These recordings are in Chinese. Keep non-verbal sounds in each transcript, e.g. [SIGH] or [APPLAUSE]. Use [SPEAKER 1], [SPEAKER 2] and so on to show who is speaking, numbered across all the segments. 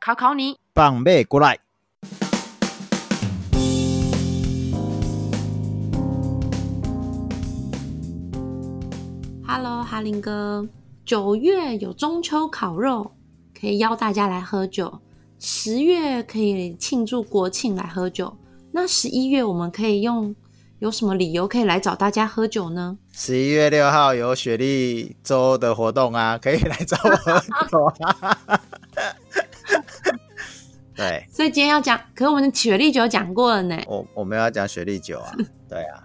[SPEAKER 1] 考考你。
[SPEAKER 2] 棒妹过来，
[SPEAKER 1] Hello，哈林哥，九月有中秋烤肉，可以邀大家来喝酒；十月可以庆祝国庆来喝酒。那十一月我们可以用有什么理由可以来找大家喝酒呢？
[SPEAKER 2] 十一月六号有雪莉周的活动啊， [LAUGHS] 可以来找我喝酒啊。对，
[SPEAKER 1] 所以今天要讲，可是我们的雪莉酒讲过了呢。
[SPEAKER 2] 我我们要讲雪莉酒啊，对啊。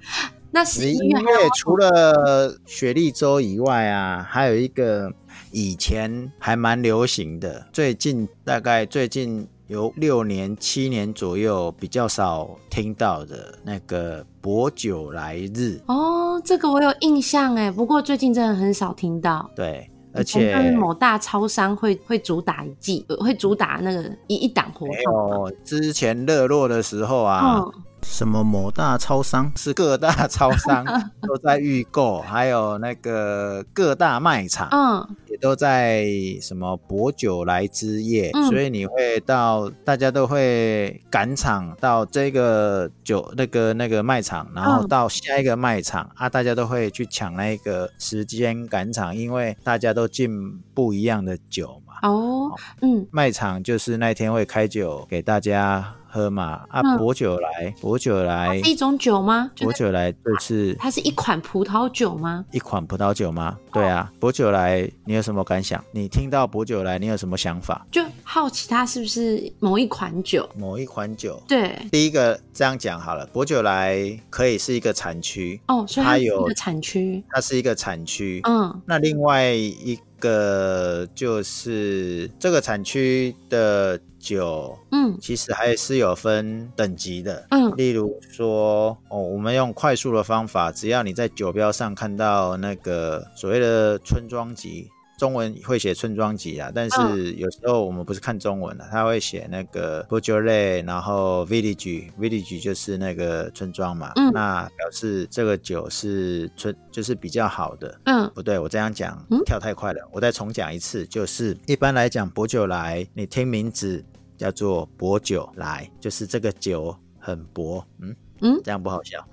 [SPEAKER 1] 那
[SPEAKER 2] 十
[SPEAKER 1] 十
[SPEAKER 2] 一
[SPEAKER 1] 一月还
[SPEAKER 2] 月
[SPEAKER 1] 有
[SPEAKER 2] 除了雪莉周以外啊，还有一个以前还蛮流行的，最近大概最近有六年、七年左右比较少听到的那个薄酒来日，
[SPEAKER 1] 哦，这个我有印象哎，不过最近真的很少听到。
[SPEAKER 2] 对，而
[SPEAKER 1] 以前就
[SPEAKER 2] 且
[SPEAKER 1] 是某大超商会会主打一季，呃会主打那个一一档活
[SPEAKER 2] 还
[SPEAKER 1] 动嘛。
[SPEAKER 2] 有之前热络的时候啊，
[SPEAKER 1] 嗯，
[SPEAKER 2] 什么某大超商是各大 [LAUGHS] 超商
[SPEAKER 1] [LAUGHS]
[SPEAKER 2] 都在预购，还有那个各大卖场，
[SPEAKER 1] 嗯，
[SPEAKER 2] 也都在什么薄酒来之夜，
[SPEAKER 1] 嗯
[SPEAKER 2] 所以你会到，大家都会赶场到这个酒那个那个卖场，然后
[SPEAKER 1] 嗯
[SPEAKER 2] 到下一个卖场、啊，大家都会去抢那个时间赶场，因为大家都进不一样的酒嘛。
[SPEAKER 1] 哦，嗯，
[SPEAKER 2] 卖场就是那天会开酒给大家喝嘛，啊，
[SPEAKER 1] 嗯啊
[SPEAKER 2] 薄酒来，薄酒来，
[SPEAKER 1] 是一种酒吗？就
[SPEAKER 2] 薄
[SPEAKER 1] 是
[SPEAKER 2] 酒来，这次
[SPEAKER 1] 它是一款葡萄酒吗？
[SPEAKER 2] 一款葡萄酒吗？对啊，薄酒来，你有什么感想？你听到薄酒来，你有什么想法？
[SPEAKER 1] 就好奇它是不是某一款酒？
[SPEAKER 2] 某一款酒，
[SPEAKER 1] 对，
[SPEAKER 2] 第一个这样讲好了，薄酒来可以是一个产区，
[SPEAKER 1] 哦，所以
[SPEAKER 2] 它
[SPEAKER 1] 它是一
[SPEAKER 2] 有
[SPEAKER 1] 个产区。
[SPEAKER 2] 它是一个产区。
[SPEAKER 1] 嗯
[SPEAKER 2] 那另外一个就是这个产区的酒，
[SPEAKER 1] 嗯
[SPEAKER 2] 其实还是有分等级的。
[SPEAKER 1] 嗯，
[SPEAKER 2] 例如说，哦，我们用快速的方法，只要你在酒标上看到那个所谓的村庄级，中文会写村庄级啊，
[SPEAKER 1] 嗯
[SPEAKER 2] 但是有时候我们不是看中文的、啊他会写那个 b o j o l a i 然后 village，village 就是那个村庄嘛，
[SPEAKER 1] 嗯
[SPEAKER 2] 那表示这个酒是村，就是比较好的。
[SPEAKER 1] 嗯
[SPEAKER 2] 不对，我这样讲
[SPEAKER 1] 嗯
[SPEAKER 2] 跳太快了，我再重讲一次，就是一般来讲，薄酒来，你听名字叫做薄酒来，就是这个酒很薄，嗯
[SPEAKER 1] 嗯
[SPEAKER 2] 这样不好
[SPEAKER 1] [LAUGHS]
[SPEAKER 2] 笑，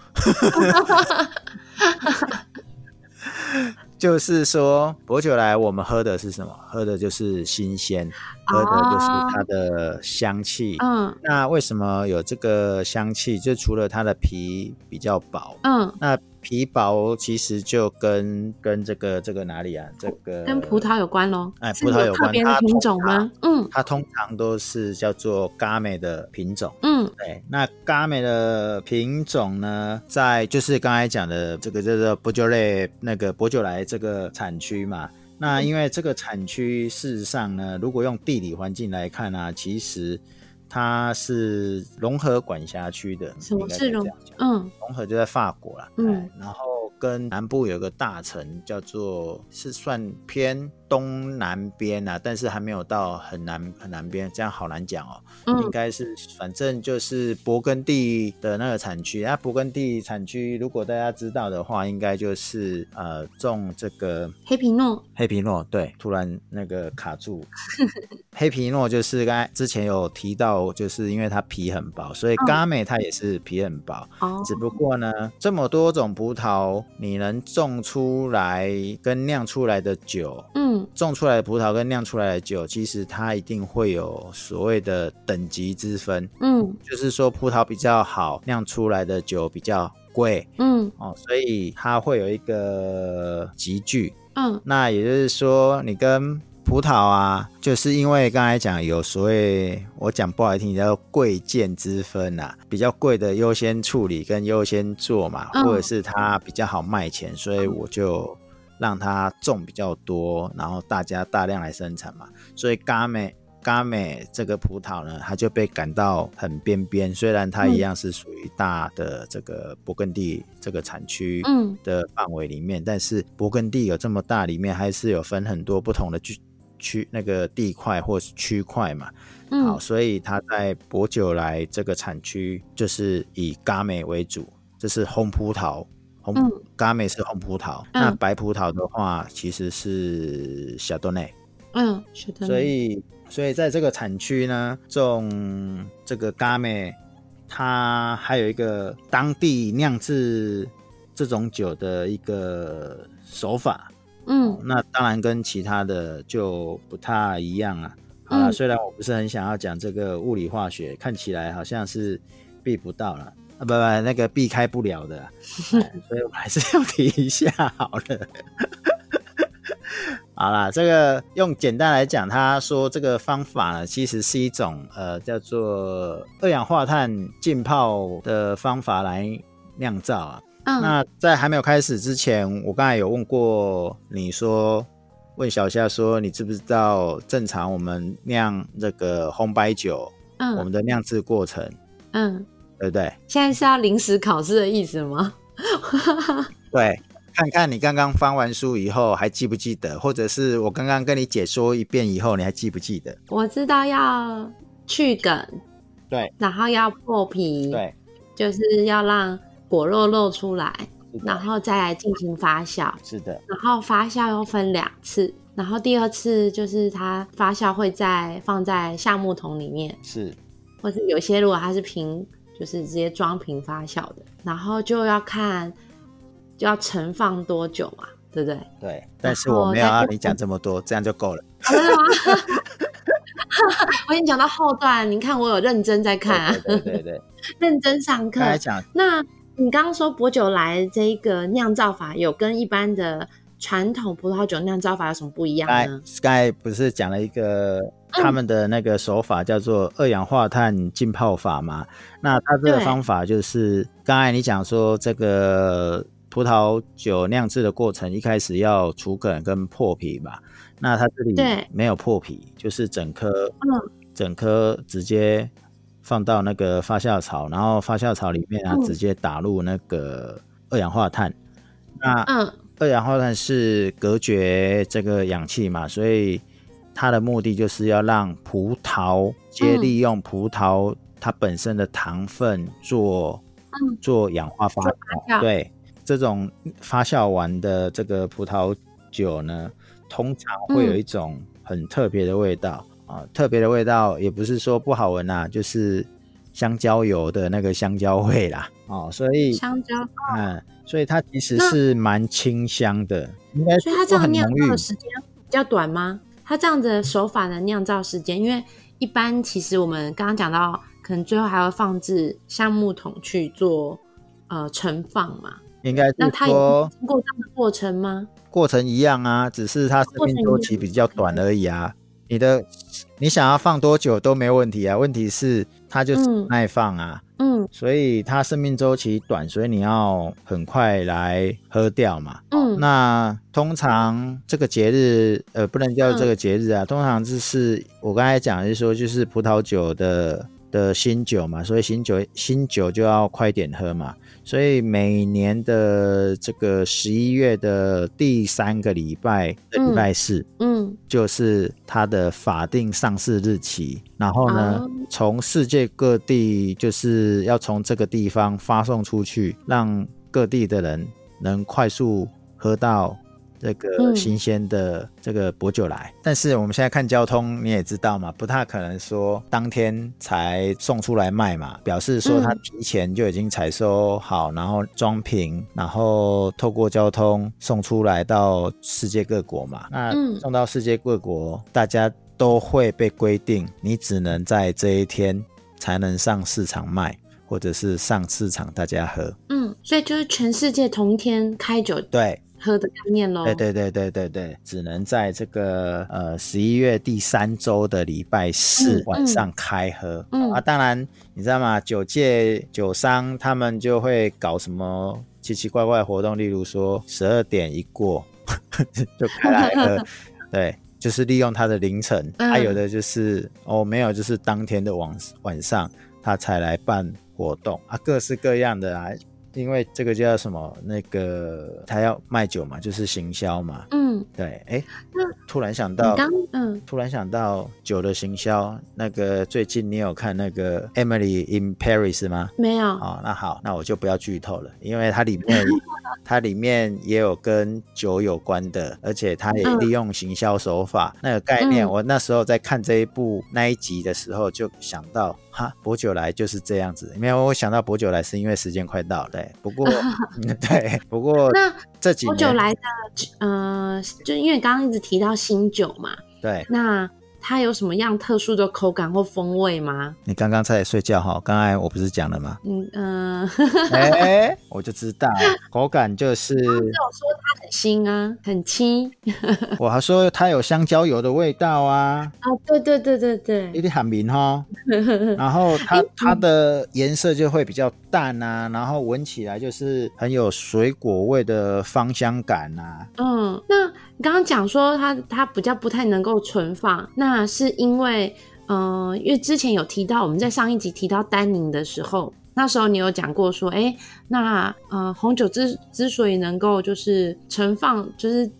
[SPEAKER 2] 就是说薄酒来我们喝的是什么？喝的就是新鲜，喝的就是
[SPEAKER 1] 哦
[SPEAKER 2] 它的香气。
[SPEAKER 1] 嗯
[SPEAKER 2] 那为什么有这个香气？就除了它的皮比较薄，
[SPEAKER 1] 嗯，
[SPEAKER 2] 那皮薄其实就跟跟这个这个哪里啊？这个
[SPEAKER 1] 跟葡萄有关喽。
[SPEAKER 2] 哎
[SPEAKER 1] 是
[SPEAKER 2] 葡萄有关
[SPEAKER 1] 特别的品种吗？嗯
[SPEAKER 2] 它通常都是叫做嘎美的品种。
[SPEAKER 1] 嗯
[SPEAKER 2] 对，那嘎美的品种呢，在就是刚才讲的这个这个博久类那个博久来这个产区嘛。那
[SPEAKER 1] 嗯
[SPEAKER 2] 因为这个产区事实上呢，如果用地理环境来看啊，其实它是融合管辖区的。
[SPEAKER 1] 什么
[SPEAKER 2] 应该
[SPEAKER 1] 是
[SPEAKER 2] 可以这
[SPEAKER 1] 融
[SPEAKER 2] 样讲
[SPEAKER 1] 嗯
[SPEAKER 2] 融合就在法国啦，
[SPEAKER 1] 嗯
[SPEAKER 2] 哎，然后跟南部有个大城叫做是算偏东南边啊，但是还没有到很南很南边，这样好难讲哦，应
[SPEAKER 1] 嗯
[SPEAKER 2] 该是反正就是勃艮第的那个产区，那勃艮第产区如果大家知道的话，应该就是呃种这个
[SPEAKER 1] 黑皮诺
[SPEAKER 2] 黑皮诺，对，突然那个卡
[SPEAKER 1] [LAUGHS]
[SPEAKER 2] 住。黑皮诺就是刚才之前有提到，就是因为它皮很薄，所以
[SPEAKER 1] 嗯
[SPEAKER 2] 嘎美它也是皮很薄。
[SPEAKER 1] 哦
[SPEAKER 2] 只不过呢，这么多种葡萄，你能种出来跟酿出来的酒，
[SPEAKER 1] 嗯
[SPEAKER 2] 种出来的葡萄跟酿出来的酒，其实它一定会有所谓的等级之分，
[SPEAKER 1] 嗯
[SPEAKER 2] 就是说葡萄比较好，酿出来的酒比较贵
[SPEAKER 1] 嗯
[SPEAKER 2] 哦，所以它会有一个集聚。
[SPEAKER 1] 嗯
[SPEAKER 2] 那也就是说，你跟葡萄啊，就是因为刚才讲有所谓，我讲不好听，叫做贵贱之分呐、比较贵的优先处理跟优先做嘛，
[SPEAKER 1] 嗯
[SPEAKER 2] 或者是它比较好卖钱，所以我就让它种比较多，然后大家大量来生产嘛。所以嘎美嘎美这个葡萄呢，它就被赶到很边边，虽然
[SPEAKER 1] 嗯
[SPEAKER 2] 它一样是属于大的这个勃艮第这个产区
[SPEAKER 3] 嗯
[SPEAKER 2] 的范围里面，但是勃艮第有这么大，里面还是有分很多不同的区区那个地块或是区块嘛。好，
[SPEAKER 3] 嗯
[SPEAKER 2] 所以它在博久来这个产区就是以嘎美为主，这是红葡萄，红、
[SPEAKER 3] 嗯
[SPEAKER 2] 嘎美是红葡萄，
[SPEAKER 3] 嗯
[SPEAKER 2] 那白葡萄的话其实是小豆内，
[SPEAKER 3] 嗯，是的，
[SPEAKER 2] 所以所以在这个产区呢，种这个嘎美，它还有一个当地酿制这种酒的一个手法，
[SPEAKER 1] 哦
[SPEAKER 3] 嗯
[SPEAKER 2] 那当然跟其他的就不太一样啊。好啦，
[SPEAKER 3] 嗯
[SPEAKER 2] 虽然我不是很想要讲这个物理化学，看起来好像是避不到了。啊，不不，那个避开不了的啊、哎所以我还是要提一下好了。 [LAUGHS] 好啦，这个用简单来讲，他说这个方法呢，其实是一种呃叫做二氧化碳浸泡的方法来酿造啊。
[SPEAKER 3] 嗯
[SPEAKER 2] 那在还没有开始之前，我刚才有问过你说，问小夏说，你知不知道正常我们酿这个红白酒，我
[SPEAKER 3] 嗯
[SPEAKER 2] 们的酿制过程，
[SPEAKER 3] 嗯，
[SPEAKER 2] 对不对？
[SPEAKER 1] 现在是要临时考试的意思吗？
[SPEAKER 2] 对，看看你刚刚翻完书以后还记不记得，或者是我刚刚跟你解说一遍以后，你还记不记得？
[SPEAKER 1] 我知道要去梗，
[SPEAKER 2] 对，
[SPEAKER 1] 然后要破皮，，
[SPEAKER 2] 对，
[SPEAKER 1] 就是要让果肉露出来，
[SPEAKER 2] 是的
[SPEAKER 1] 然后再来进行发酵，
[SPEAKER 2] 是的，
[SPEAKER 1] 然后发酵又分两次，然后第二次就是它发酵会再放在橡木桶里面，
[SPEAKER 2] 是
[SPEAKER 1] 或是有些如果它是瓶，就是直接装瓶发酵的，然后就要看就要盛放多久嘛，对不对？
[SPEAKER 2] 对。但是我没有要你讲这么多，这样就够了。
[SPEAKER 1] 好真的吗？我已经讲到后段，你看我有认真在看、啊，
[SPEAKER 2] 对对
[SPEAKER 3] [LAUGHS]
[SPEAKER 2] 对对，
[SPEAKER 1] [LAUGHS] 认真上课
[SPEAKER 2] 刚。才讲
[SPEAKER 1] 那你刚刚说勃酒来这一个酿造法，有跟一般的传统葡萄酒酿造法有什么不一样
[SPEAKER 2] Sky
[SPEAKER 1] 呢？嗯
[SPEAKER 2] Sky 不是讲了一个他们的那个手法叫做二氧化碳浸泡法嘛？那它这个
[SPEAKER 1] 对
[SPEAKER 2] 方法就是刚才你讲说这个葡萄酒酿制的过程，一开始要除梗跟破皮嘛？那它这里
[SPEAKER 1] 对
[SPEAKER 2] 没有破皮，就是整颗，
[SPEAKER 1] 嗯
[SPEAKER 2] 整颗直接放到那个发酵槽，然后发酵槽里面啊、
[SPEAKER 1] 嗯
[SPEAKER 2] 直接打入那个二氧化碳。那
[SPEAKER 1] 嗯
[SPEAKER 2] 二氧化碳是隔绝这个氧气嘛，所以它的目的就是要让葡萄皆利用葡萄它本身的糖分做、
[SPEAKER 3] 嗯
[SPEAKER 2] 做氧化发酵。
[SPEAKER 1] 酵
[SPEAKER 2] 对，这种发酵完的这个葡萄酒呢，通常会有一种很特别的味道、啊，特别的味道也不是说不好闻啦、就是香蕉油的那个香蕉味啦。哦，所以
[SPEAKER 1] 香蕉，
[SPEAKER 2] 嗯，所以它其实是蛮清香的，应该
[SPEAKER 1] 所以它这
[SPEAKER 2] 说
[SPEAKER 1] 样
[SPEAKER 2] 很
[SPEAKER 1] 酿
[SPEAKER 2] 浓
[SPEAKER 1] 造的
[SPEAKER 2] 郁。
[SPEAKER 1] 时间比较短吗？它这样子的手法的酿造时间，因为一般其实我们刚刚讲到，可能最后还会放置橡木桶去做呃盛放嘛。
[SPEAKER 2] 应该是
[SPEAKER 1] 那它也
[SPEAKER 2] 说
[SPEAKER 1] 经过这样的过程吗？
[SPEAKER 2] 过程一样啊，只是它生命周期比较短而已啊。你的你想要放多久都没问题啊，问题是它就是
[SPEAKER 1] 嗯
[SPEAKER 2] 不耐放啊，
[SPEAKER 1] 嗯
[SPEAKER 2] 所以它生命周期短，所以你要很快来喝掉嘛。
[SPEAKER 1] 嗯，
[SPEAKER 2] 那通常这个节日，呃，不能叫这个节日啊，通常就是我刚才讲的是说，就是葡萄酒的的新酒嘛，所以新酒新酒就要快点喝嘛，所以每年的这个十一月的第三个礼拜的礼拜四。
[SPEAKER 1] 嗯
[SPEAKER 2] 就是它的法定上市日期，然后呢
[SPEAKER 1] 哦，
[SPEAKER 2] 从、世界各地就是要从这个地方发送出去，让各地的人能快速喝到这个
[SPEAKER 1] 嗯
[SPEAKER 2] 新鲜的这个薄酒来。但是我们现在看交通，你也知道嘛，不太可能说当天才送出来卖嘛，表示说它
[SPEAKER 1] 嗯
[SPEAKER 2] 提前就已经采收好，然后装瓶，然后透过交通送出来到世界各国嘛。那
[SPEAKER 1] 嗯
[SPEAKER 2] 送到世界各国，大家都会被规定，你只能在这一天才能上市场卖，或者是上市场大家喝。
[SPEAKER 1] 嗯，所以就是全世界同一天开酒
[SPEAKER 2] 对，
[SPEAKER 1] 喝的概念喽。
[SPEAKER 2] 对对对对对对，只能在这个呃十一月第三周的礼拜四
[SPEAKER 1] 嗯
[SPEAKER 2] 晚上开喝、
[SPEAKER 1] 嗯
[SPEAKER 2] 啊。当然，你知道吗？酒界酒商他们就会搞什么奇奇 [LAUGHS] 怪怪的活动，例如说十二点一过就开来喝，对。就是利用它的凌晨，还、
[SPEAKER 1] 嗯
[SPEAKER 2] 有的就是哦没有，就是当天的晚晚上他才来办活动啊，各式各样的啊，因为这个叫什么那个他要卖酒嘛，就是行销嘛，
[SPEAKER 1] 嗯，你
[SPEAKER 2] 对，哎、
[SPEAKER 1] 那
[SPEAKER 2] 突然想到，
[SPEAKER 1] 刚嗯
[SPEAKER 2] 突然想到酒的行销，那个最近你有看那个 Emily in Paris 吗？
[SPEAKER 1] 没有，
[SPEAKER 2] 哦，那好，那我就不要剧透了，因为它里
[SPEAKER 1] [LAUGHS]
[SPEAKER 2] 面它里面也有跟酒有关的，而且它也
[SPEAKER 1] 嗯
[SPEAKER 2] 利用行销手法、那个概念。
[SPEAKER 1] 嗯
[SPEAKER 2] 我那时候在看这一部那一集的时候，就想到哈，博酒来就是这样子。没有，我想到博酒来是因为时间快到了，对。不
[SPEAKER 1] [LAUGHS]
[SPEAKER 2] 过 [LAUGHS] 嗯对，不过
[SPEAKER 1] 那
[SPEAKER 2] 这几
[SPEAKER 1] 多久
[SPEAKER 2] 年
[SPEAKER 1] 来的？呃，就因为刚刚一直提到新酒嘛，
[SPEAKER 2] 对
[SPEAKER 1] 那它有什么样特殊的口感或风味吗？
[SPEAKER 2] 你刚刚在睡觉哈，刚才我不是讲了
[SPEAKER 1] [LAUGHS]
[SPEAKER 2] 吗？
[SPEAKER 1] 嗯嗯，呃
[SPEAKER 2] 哎、我就知道，口感就是
[SPEAKER 1] 只有说它很新啊，很轻
[SPEAKER 2] 我还说它有香蕉油的味道啊。
[SPEAKER 1] 啊，对对对对
[SPEAKER 2] 有
[SPEAKER 1] 对，
[SPEAKER 2] 点喊明哈，然后它它的颜色就会比较淡啊，然后闻起来就是很有水果味的芳香感啊。
[SPEAKER 1] 嗯，那你刚刚讲说它它比较不太能够存放，那是因为呃，因为之前有提到我们在上一集提到单宁的时候。那时候你有讲过说，哎、那呃，红酒之之所以能够就是存放，就是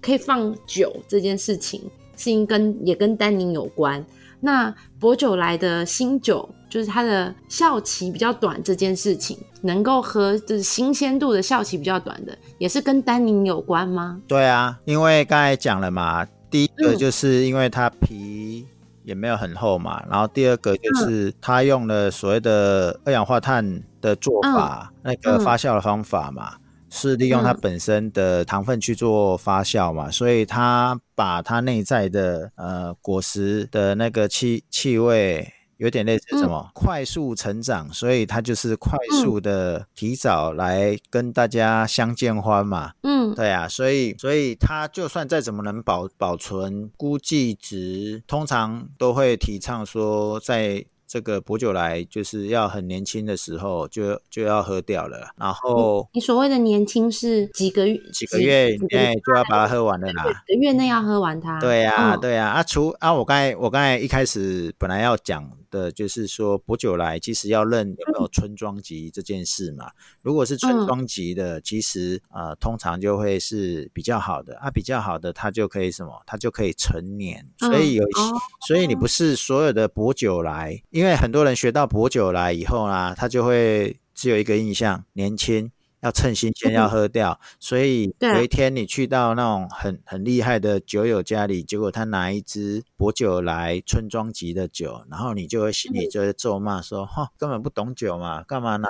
[SPEAKER 1] 可以放酒这件事情，是因跟也跟单宁有关。那薄酒来的新酒，就是它的效期比较短这件事情，能够喝就是新鲜度的效期比较短的，也是跟单宁有关吗？
[SPEAKER 2] 对啊，因为刚才讲了嘛，第一个
[SPEAKER 1] 嗯
[SPEAKER 2] 就是因为它皮也没有很厚嘛，然后第二个就是它用了所谓的二氧化碳的做法，那个
[SPEAKER 1] 嗯
[SPEAKER 2] 发酵的方法嘛。是利用它
[SPEAKER 1] 嗯
[SPEAKER 2] 本身的糖分去做发酵嘛，所以它把它内在的呃果实的那个气气味，有点类似什么、
[SPEAKER 1] 嗯
[SPEAKER 2] 快速成长，所以它就是快速的提早来跟大家相见欢嘛。
[SPEAKER 1] 嗯
[SPEAKER 2] 对啊，所以所以它就算再怎么能保保存，估计值通常都会提倡说，在这个薄酒来就是要很年轻的时候就就要喝掉了，然后
[SPEAKER 1] 你所谓的年轻是几个月？
[SPEAKER 2] 几个月以
[SPEAKER 1] 几个
[SPEAKER 2] 内
[SPEAKER 1] 月
[SPEAKER 2] 就要把它喝完了啦。
[SPEAKER 1] 几个月内要喝完它？
[SPEAKER 2] 对呀、
[SPEAKER 1] 嗯
[SPEAKER 2] 对呀、啊，除啊，我刚才我刚才一开始本来要讲的就是说，薄酒来其实要认有没有村庄级这件事嘛。如果是村
[SPEAKER 1] 嗯
[SPEAKER 2] 庄级的，其实呃，通常就会是比较好的啊，比较好的它就可以什么，它就可以成年。所以有一些
[SPEAKER 1] 嗯哦
[SPEAKER 2] 所以你不是所有的薄酒来，因为很多人学到薄酒来以后啦，他就会只有一个印象：年轻，要趁新鲜，
[SPEAKER 1] 嗯
[SPEAKER 2] 要喝掉。所以
[SPEAKER 1] 对啊
[SPEAKER 2] 有一天你去到那种很很厉害的酒友家里，结果他拿一支薄酒来村庄级的酒，然后你就会心里就会咒骂说：“哈、根本不懂酒嘛，干嘛拿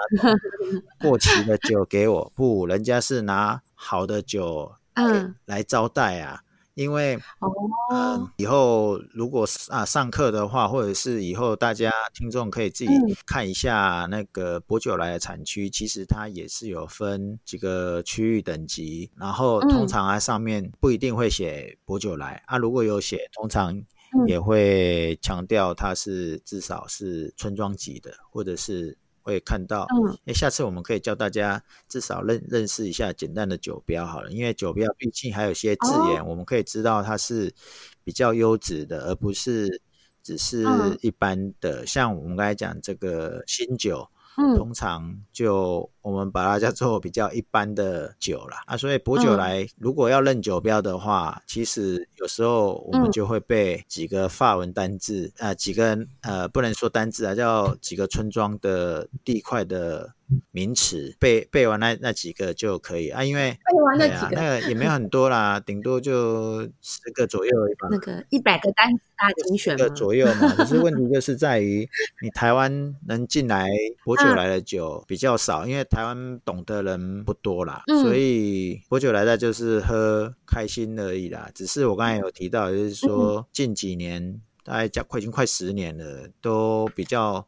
[SPEAKER 2] 过期
[SPEAKER 1] [LAUGHS]
[SPEAKER 2] 的酒给我？不，人家是拿好的酒
[SPEAKER 1] 嗯
[SPEAKER 2] 来招待啊。”因为嗯
[SPEAKER 1] 哦，，
[SPEAKER 2] 以后如果是啊上课的话，或者是以后大家听众可以自己
[SPEAKER 1] 嗯
[SPEAKER 2] 看一下那个博酒来的产区，其实它也是有分几个区域等级，然后通
[SPEAKER 1] 嗯
[SPEAKER 2] 常啊上面不一定会写博酒来啊，如果有写，通常
[SPEAKER 1] 嗯
[SPEAKER 2] 也会强调它是至少是村庄级的，或者是会看到
[SPEAKER 1] 嗯
[SPEAKER 2] 哎，下次我们可以教大家至少认认识一下简单的酒标好了，因为酒标毕竟还有一些字眼，
[SPEAKER 1] 哦
[SPEAKER 2] 我们可以知道它是比较优质的，而不是只是
[SPEAKER 1] 嗯
[SPEAKER 2] 一般的。像我们刚才讲这个新酒，
[SPEAKER 1] 嗯
[SPEAKER 2] 通常就我们把它叫做比较一般的酒啦。啊，所以薄酒
[SPEAKER 1] 嗯
[SPEAKER 2] 来、如果要认酒标的话，其实有时候我们
[SPEAKER 1] 嗯
[SPEAKER 2] 就会被几个法文单字，呃，几个呃不能说单字啊，叫几个村庄的地块的名词，背背完那那几个就可以啊，因为。
[SPEAKER 1] 背完
[SPEAKER 2] 对
[SPEAKER 1] 那
[SPEAKER 2] 啊
[SPEAKER 1] 几，
[SPEAKER 2] 那
[SPEAKER 1] 个，
[SPEAKER 2] 个也没有很多啦，顶多就十个左右而已吧。
[SPEAKER 1] 那个一百个单词大精选
[SPEAKER 2] 个
[SPEAKER 1] 吗？
[SPEAKER 2] 左右嘛。可是问题就是在于，你台湾能进来薄
[SPEAKER 1] 嗯
[SPEAKER 2] 酒来的酒比较少，因为台湾懂的人不多啦，
[SPEAKER 1] 嗯
[SPEAKER 2] 所以薄酒来的就是喝开心而已啦。只是我刚才有提到，
[SPEAKER 1] 嗯
[SPEAKER 2] 就是说近几年大概加快已经快十年了，都比较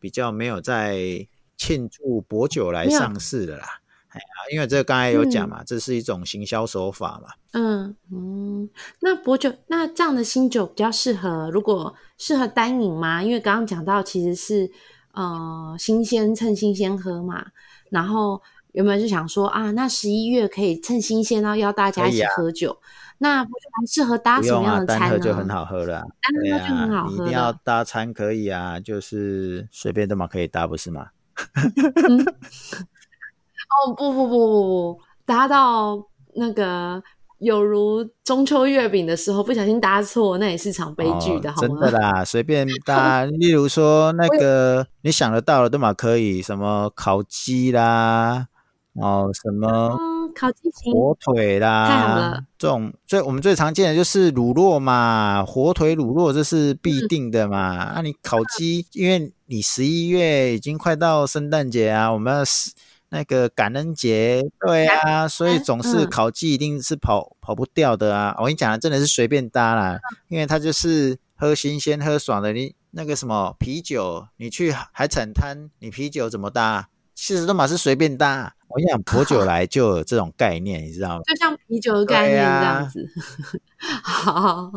[SPEAKER 2] 比较没有在庆祝薄酒来
[SPEAKER 1] 没有
[SPEAKER 2] 上市的啦。哎呀，因为这个刚才有讲嘛，这是一种行销手法嘛。
[SPEAKER 1] 嗯嗯，那薄酒那这样的新酒比较适合，如果适合单饮吗？因为刚刚讲到其实是呃新鲜趁新鲜喝嘛，然后原本就想说啊，那十一月可以趁新鲜，然后邀大家一
[SPEAKER 2] 可以
[SPEAKER 1] 起
[SPEAKER 2] 啊
[SPEAKER 1] 喝酒。那葡萄酒适合搭
[SPEAKER 2] 不
[SPEAKER 1] 什么
[SPEAKER 2] 用
[SPEAKER 1] 样
[SPEAKER 2] 啊，
[SPEAKER 1] 的
[SPEAKER 2] 单
[SPEAKER 1] 餐
[SPEAKER 2] 喝
[SPEAKER 1] 呢？
[SPEAKER 2] 就很好喝了啊、
[SPEAKER 1] [LAUGHS]
[SPEAKER 2] 对
[SPEAKER 1] 单喝就很
[SPEAKER 2] 啊
[SPEAKER 1] 好，
[SPEAKER 2] 你一
[SPEAKER 1] 喝
[SPEAKER 2] 定
[SPEAKER 1] 的。
[SPEAKER 2] 要搭餐可以啊，就是随便都嘛可以搭，不是吗？
[SPEAKER 1] 哦，不不不不不，搭到那个有如中秋月饼的时候，不小心搭错，那也是场悲剧的，
[SPEAKER 2] 哦
[SPEAKER 1] 好
[SPEAKER 2] 真的
[SPEAKER 1] 吗？
[SPEAKER 2] 啦，随
[SPEAKER 1] [LAUGHS]
[SPEAKER 2] 便搭，例如说那个你想得到的都嘛可以，什么烤鸡啦，哦，什么
[SPEAKER 1] 嗯，烤鸡情
[SPEAKER 2] 火腿啦，
[SPEAKER 1] 太好了
[SPEAKER 2] 这种最我们最常见的就是卤肉嘛，火腿卤肉这
[SPEAKER 1] 嗯
[SPEAKER 2] 是必定的嘛。啊，你
[SPEAKER 1] [LAUGHS]
[SPEAKER 2] 烤鸡，因为你十一月已经快到圣诞节啊，我们要是那个感恩节，对啊，所以总是
[SPEAKER 1] 嗯
[SPEAKER 2] 烤鸡一定是跑跑不掉的啊。我跟你讲啊，真的是随便搭
[SPEAKER 1] 嗯
[SPEAKER 2] 啦，因为它就是喝新鲜喝爽的。你那个什么啤酒，你去海产摊，你啤酒怎么搭？啊其实都嘛是随便搭。啊我
[SPEAKER 1] [LAUGHS]
[SPEAKER 2] 跟你讲，薄酒来就有这种概念，你知道吗？
[SPEAKER 1] 就像啤酒的概
[SPEAKER 2] 对
[SPEAKER 1] 念
[SPEAKER 2] 啊
[SPEAKER 1] 这样子。 [LAUGHS] 好，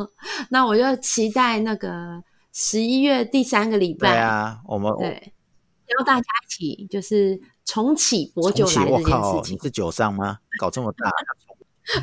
[SPEAKER 1] 那我就期待那个十一月第三个礼
[SPEAKER 2] 对
[SPEAKER 1] 拜，
[SPEAKER 2] 啊，我们
[SPEAKER 1] 对邀大家一起就是重启
[SPEAKER 2] 我
[SPEAKER 1] 博酒来
[SPEAKER 2] 我
[SPEAKER 1] 这件事
[SPEAKER 2] 靠，
[SPEAKER 1] 情 [LAUGHS]
[SPEAKER 2] 你。是酒商吗？搞这么大，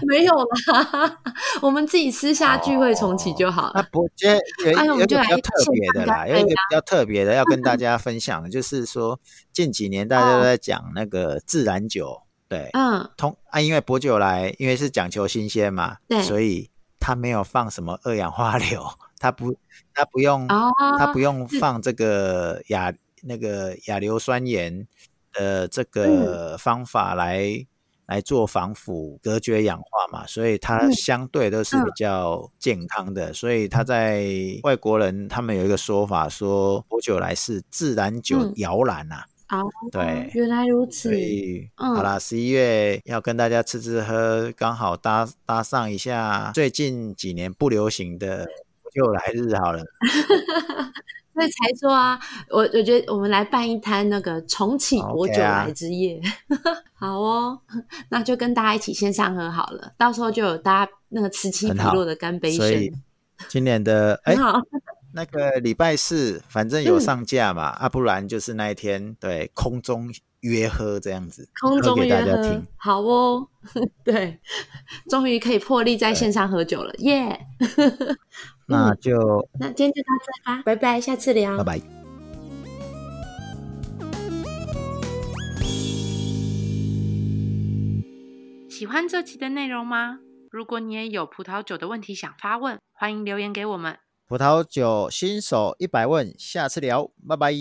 [SPEAKER 1] 没有啦， [LAUGHS] 我们自己私下聚会重
[SPEAKER 2] 哦
[SPEAKER 1] 启就好了。
[SPEAKER 2] 那啊不，今天有
[SPEAKER 1] 哎
[SPEAKER 2] 一有
[SPEAKER 1] 呦我
[SPEAKER 2] 一
[SPEAKER 1] 们
[SPEAKER 2] 个比
[SPEAKER 1] 就来
[SPEAKER 2] 较特别的啦，
[SPEAKER 1] 线上搭
[SPEAKER 2] 有一个
[SPEAKER 1] 配
[SPEAKER 2] 比较特别的要
[SPEAKER 1] 嗯
[SPEAKER 2] 跟大家分享的，就是说近几年大
[SPEAKER 1] 哦
[SPEAKER 2] 家都在讲那个自然酒，对，
[SPEAKER 1] 嗯，
[SPEAKER 2] 通啊，因为薄酒来，因为是讲求新鲜嘛
[SPEAKER 1] 对，
[SPEAKER 2] 所以它没有放什么二氧化硫，它不，它不用，
[SPEAKER 1] 哦，
[SPEAKER 2] 它不用放这个亚那个亚硫酸盐的
[SPEAKER 1] 嗯
[SPEAKER 2] 这个方法来、来做防腐、隔绝氧化嘛，所以它
[SPEAKER 1] 嗯
[SPEAKER 2] 相对都是比较健康的。所以它在外国人他们有一个说法说，薄酒来是自然酒
[SPEAKER 1] 嗯
[SPEAKER 2] 摇篮呐、
[SPEAKER 1] 哦
[SPEAKER 2] 对
[SPEAKER 1] 原来如此
[SPEAKER 2] 所。以、
[SPEAKER 1] 嗯
[SPEAKER 2] 好啦，十一月要跟大家吃吃喝，刚好搭搭上一下最近几年不流行的薄酒来日好了。
[SPEAKER 1] 所以才说啊，我我觉得我们来办一摊那个重启国酒
[SPEAKER 2] OK 啊
[SPEAKER 1] 来之夜 [LAUGHS] 好哦， [LAUGHS] 那就跟大家一起线上喝好了，到时候就有大家那个此起彼
[SPEAKER 2] 很好
[SPEAKER 1] 落的干杯
[SPEAKER 2] 所
[SPEAKER 1] 声
[SPEAKER 2] 以，今年
[SPEAKER 1] [LAUGHS]
[SPEAKER 2] 的哎
[SPEAKER 1] 很，好，
[SPEAKER 2] 那个礼拜四反正有
[SPEAKER 1] 嗯
[SPEAKER 2] 上架嘛，啊，不然就是那一天对空中约喝这样子，
[SPEAKER 1] 空
[SPEAKER 2] 喝
[SPEAKER 1] 中
[SPEAKER 2] 给
[SPEAKER 1] 约
[SPEAKER 2] 大家
[SPEAKER 1] 喝
[SPEAKER 2] 听。，
[SPEAKER 1] 好哦， [LAUGHS] 对，终于可以破例在线上喝酒了，耶、 [LAUGHS]
[SPEAKER 2] 那就
[SPEAKER 1] 那今天就到这吧，拜拜，下次聊，
[SPEAKER 2] 拜拜。
[SPEAKER 3] 喜欢这期的内容吗？如果你也有葡萄酒的问题想发问，欢迎留言给我们。
[SPEAKER 2] 葡萄酒新手一百问，下次聊，拜拜。